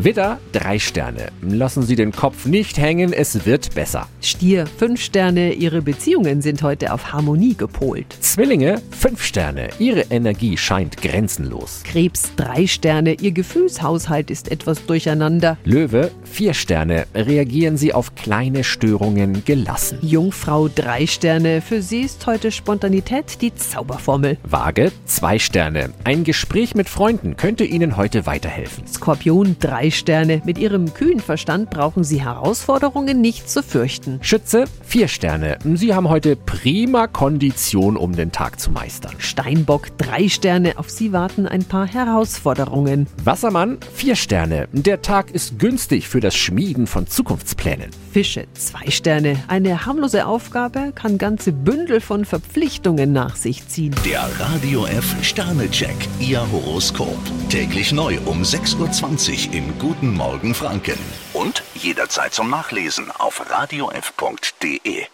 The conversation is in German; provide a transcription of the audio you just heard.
Widder, drei Sterne. Lassen Sie den Kopf nicht hängen, es wird besser. Stier, fünf Sterne, Ihre Beziehungen sind heute auf Harmonie gepolt. Zwillinge, fünf Sterne. Ihre Energie scheint grenzenlos. Krebs, drei Sterne, Ihr Gefühlshaushalt ist etwas durcheinander. Löwe, vier Sterne. Reagieren Sie auf kleine Störungen gelassen. Jungfrau, drei Sterne, für Sie ist heute Spontanität die Zauberformel. Waage, zwei Sterne. Ein Gespräch mit Freunden könnte Ihnen heute weiterhelfen. Skorpion, drei Sterne, mit Ihrem kühlen Verstand brauchen Sie Herausforderungen nicht zu fürchten. Schütze, vier Sterne. Sie haben heute prima Kondition, um den Tag zu meistern. Steinbock, drei Sterne, auf Sie warten ein paar Herausforderungen. Wassermann, vier Sterne. Der Tag ist günstig für das Schmieden von Zukunftsplänen. Fische, zwei Sterne, eine harmlose Aufgabe kann ganze Bündel von Verpflichtungen nach sich ziehen. Der Radio F Sternecheck. Ihr Horoskop. Täglich neu um 6.20 Uhr im Guten Morgen Franken. Und jederzeit zum Nachlesen auf radiof.de.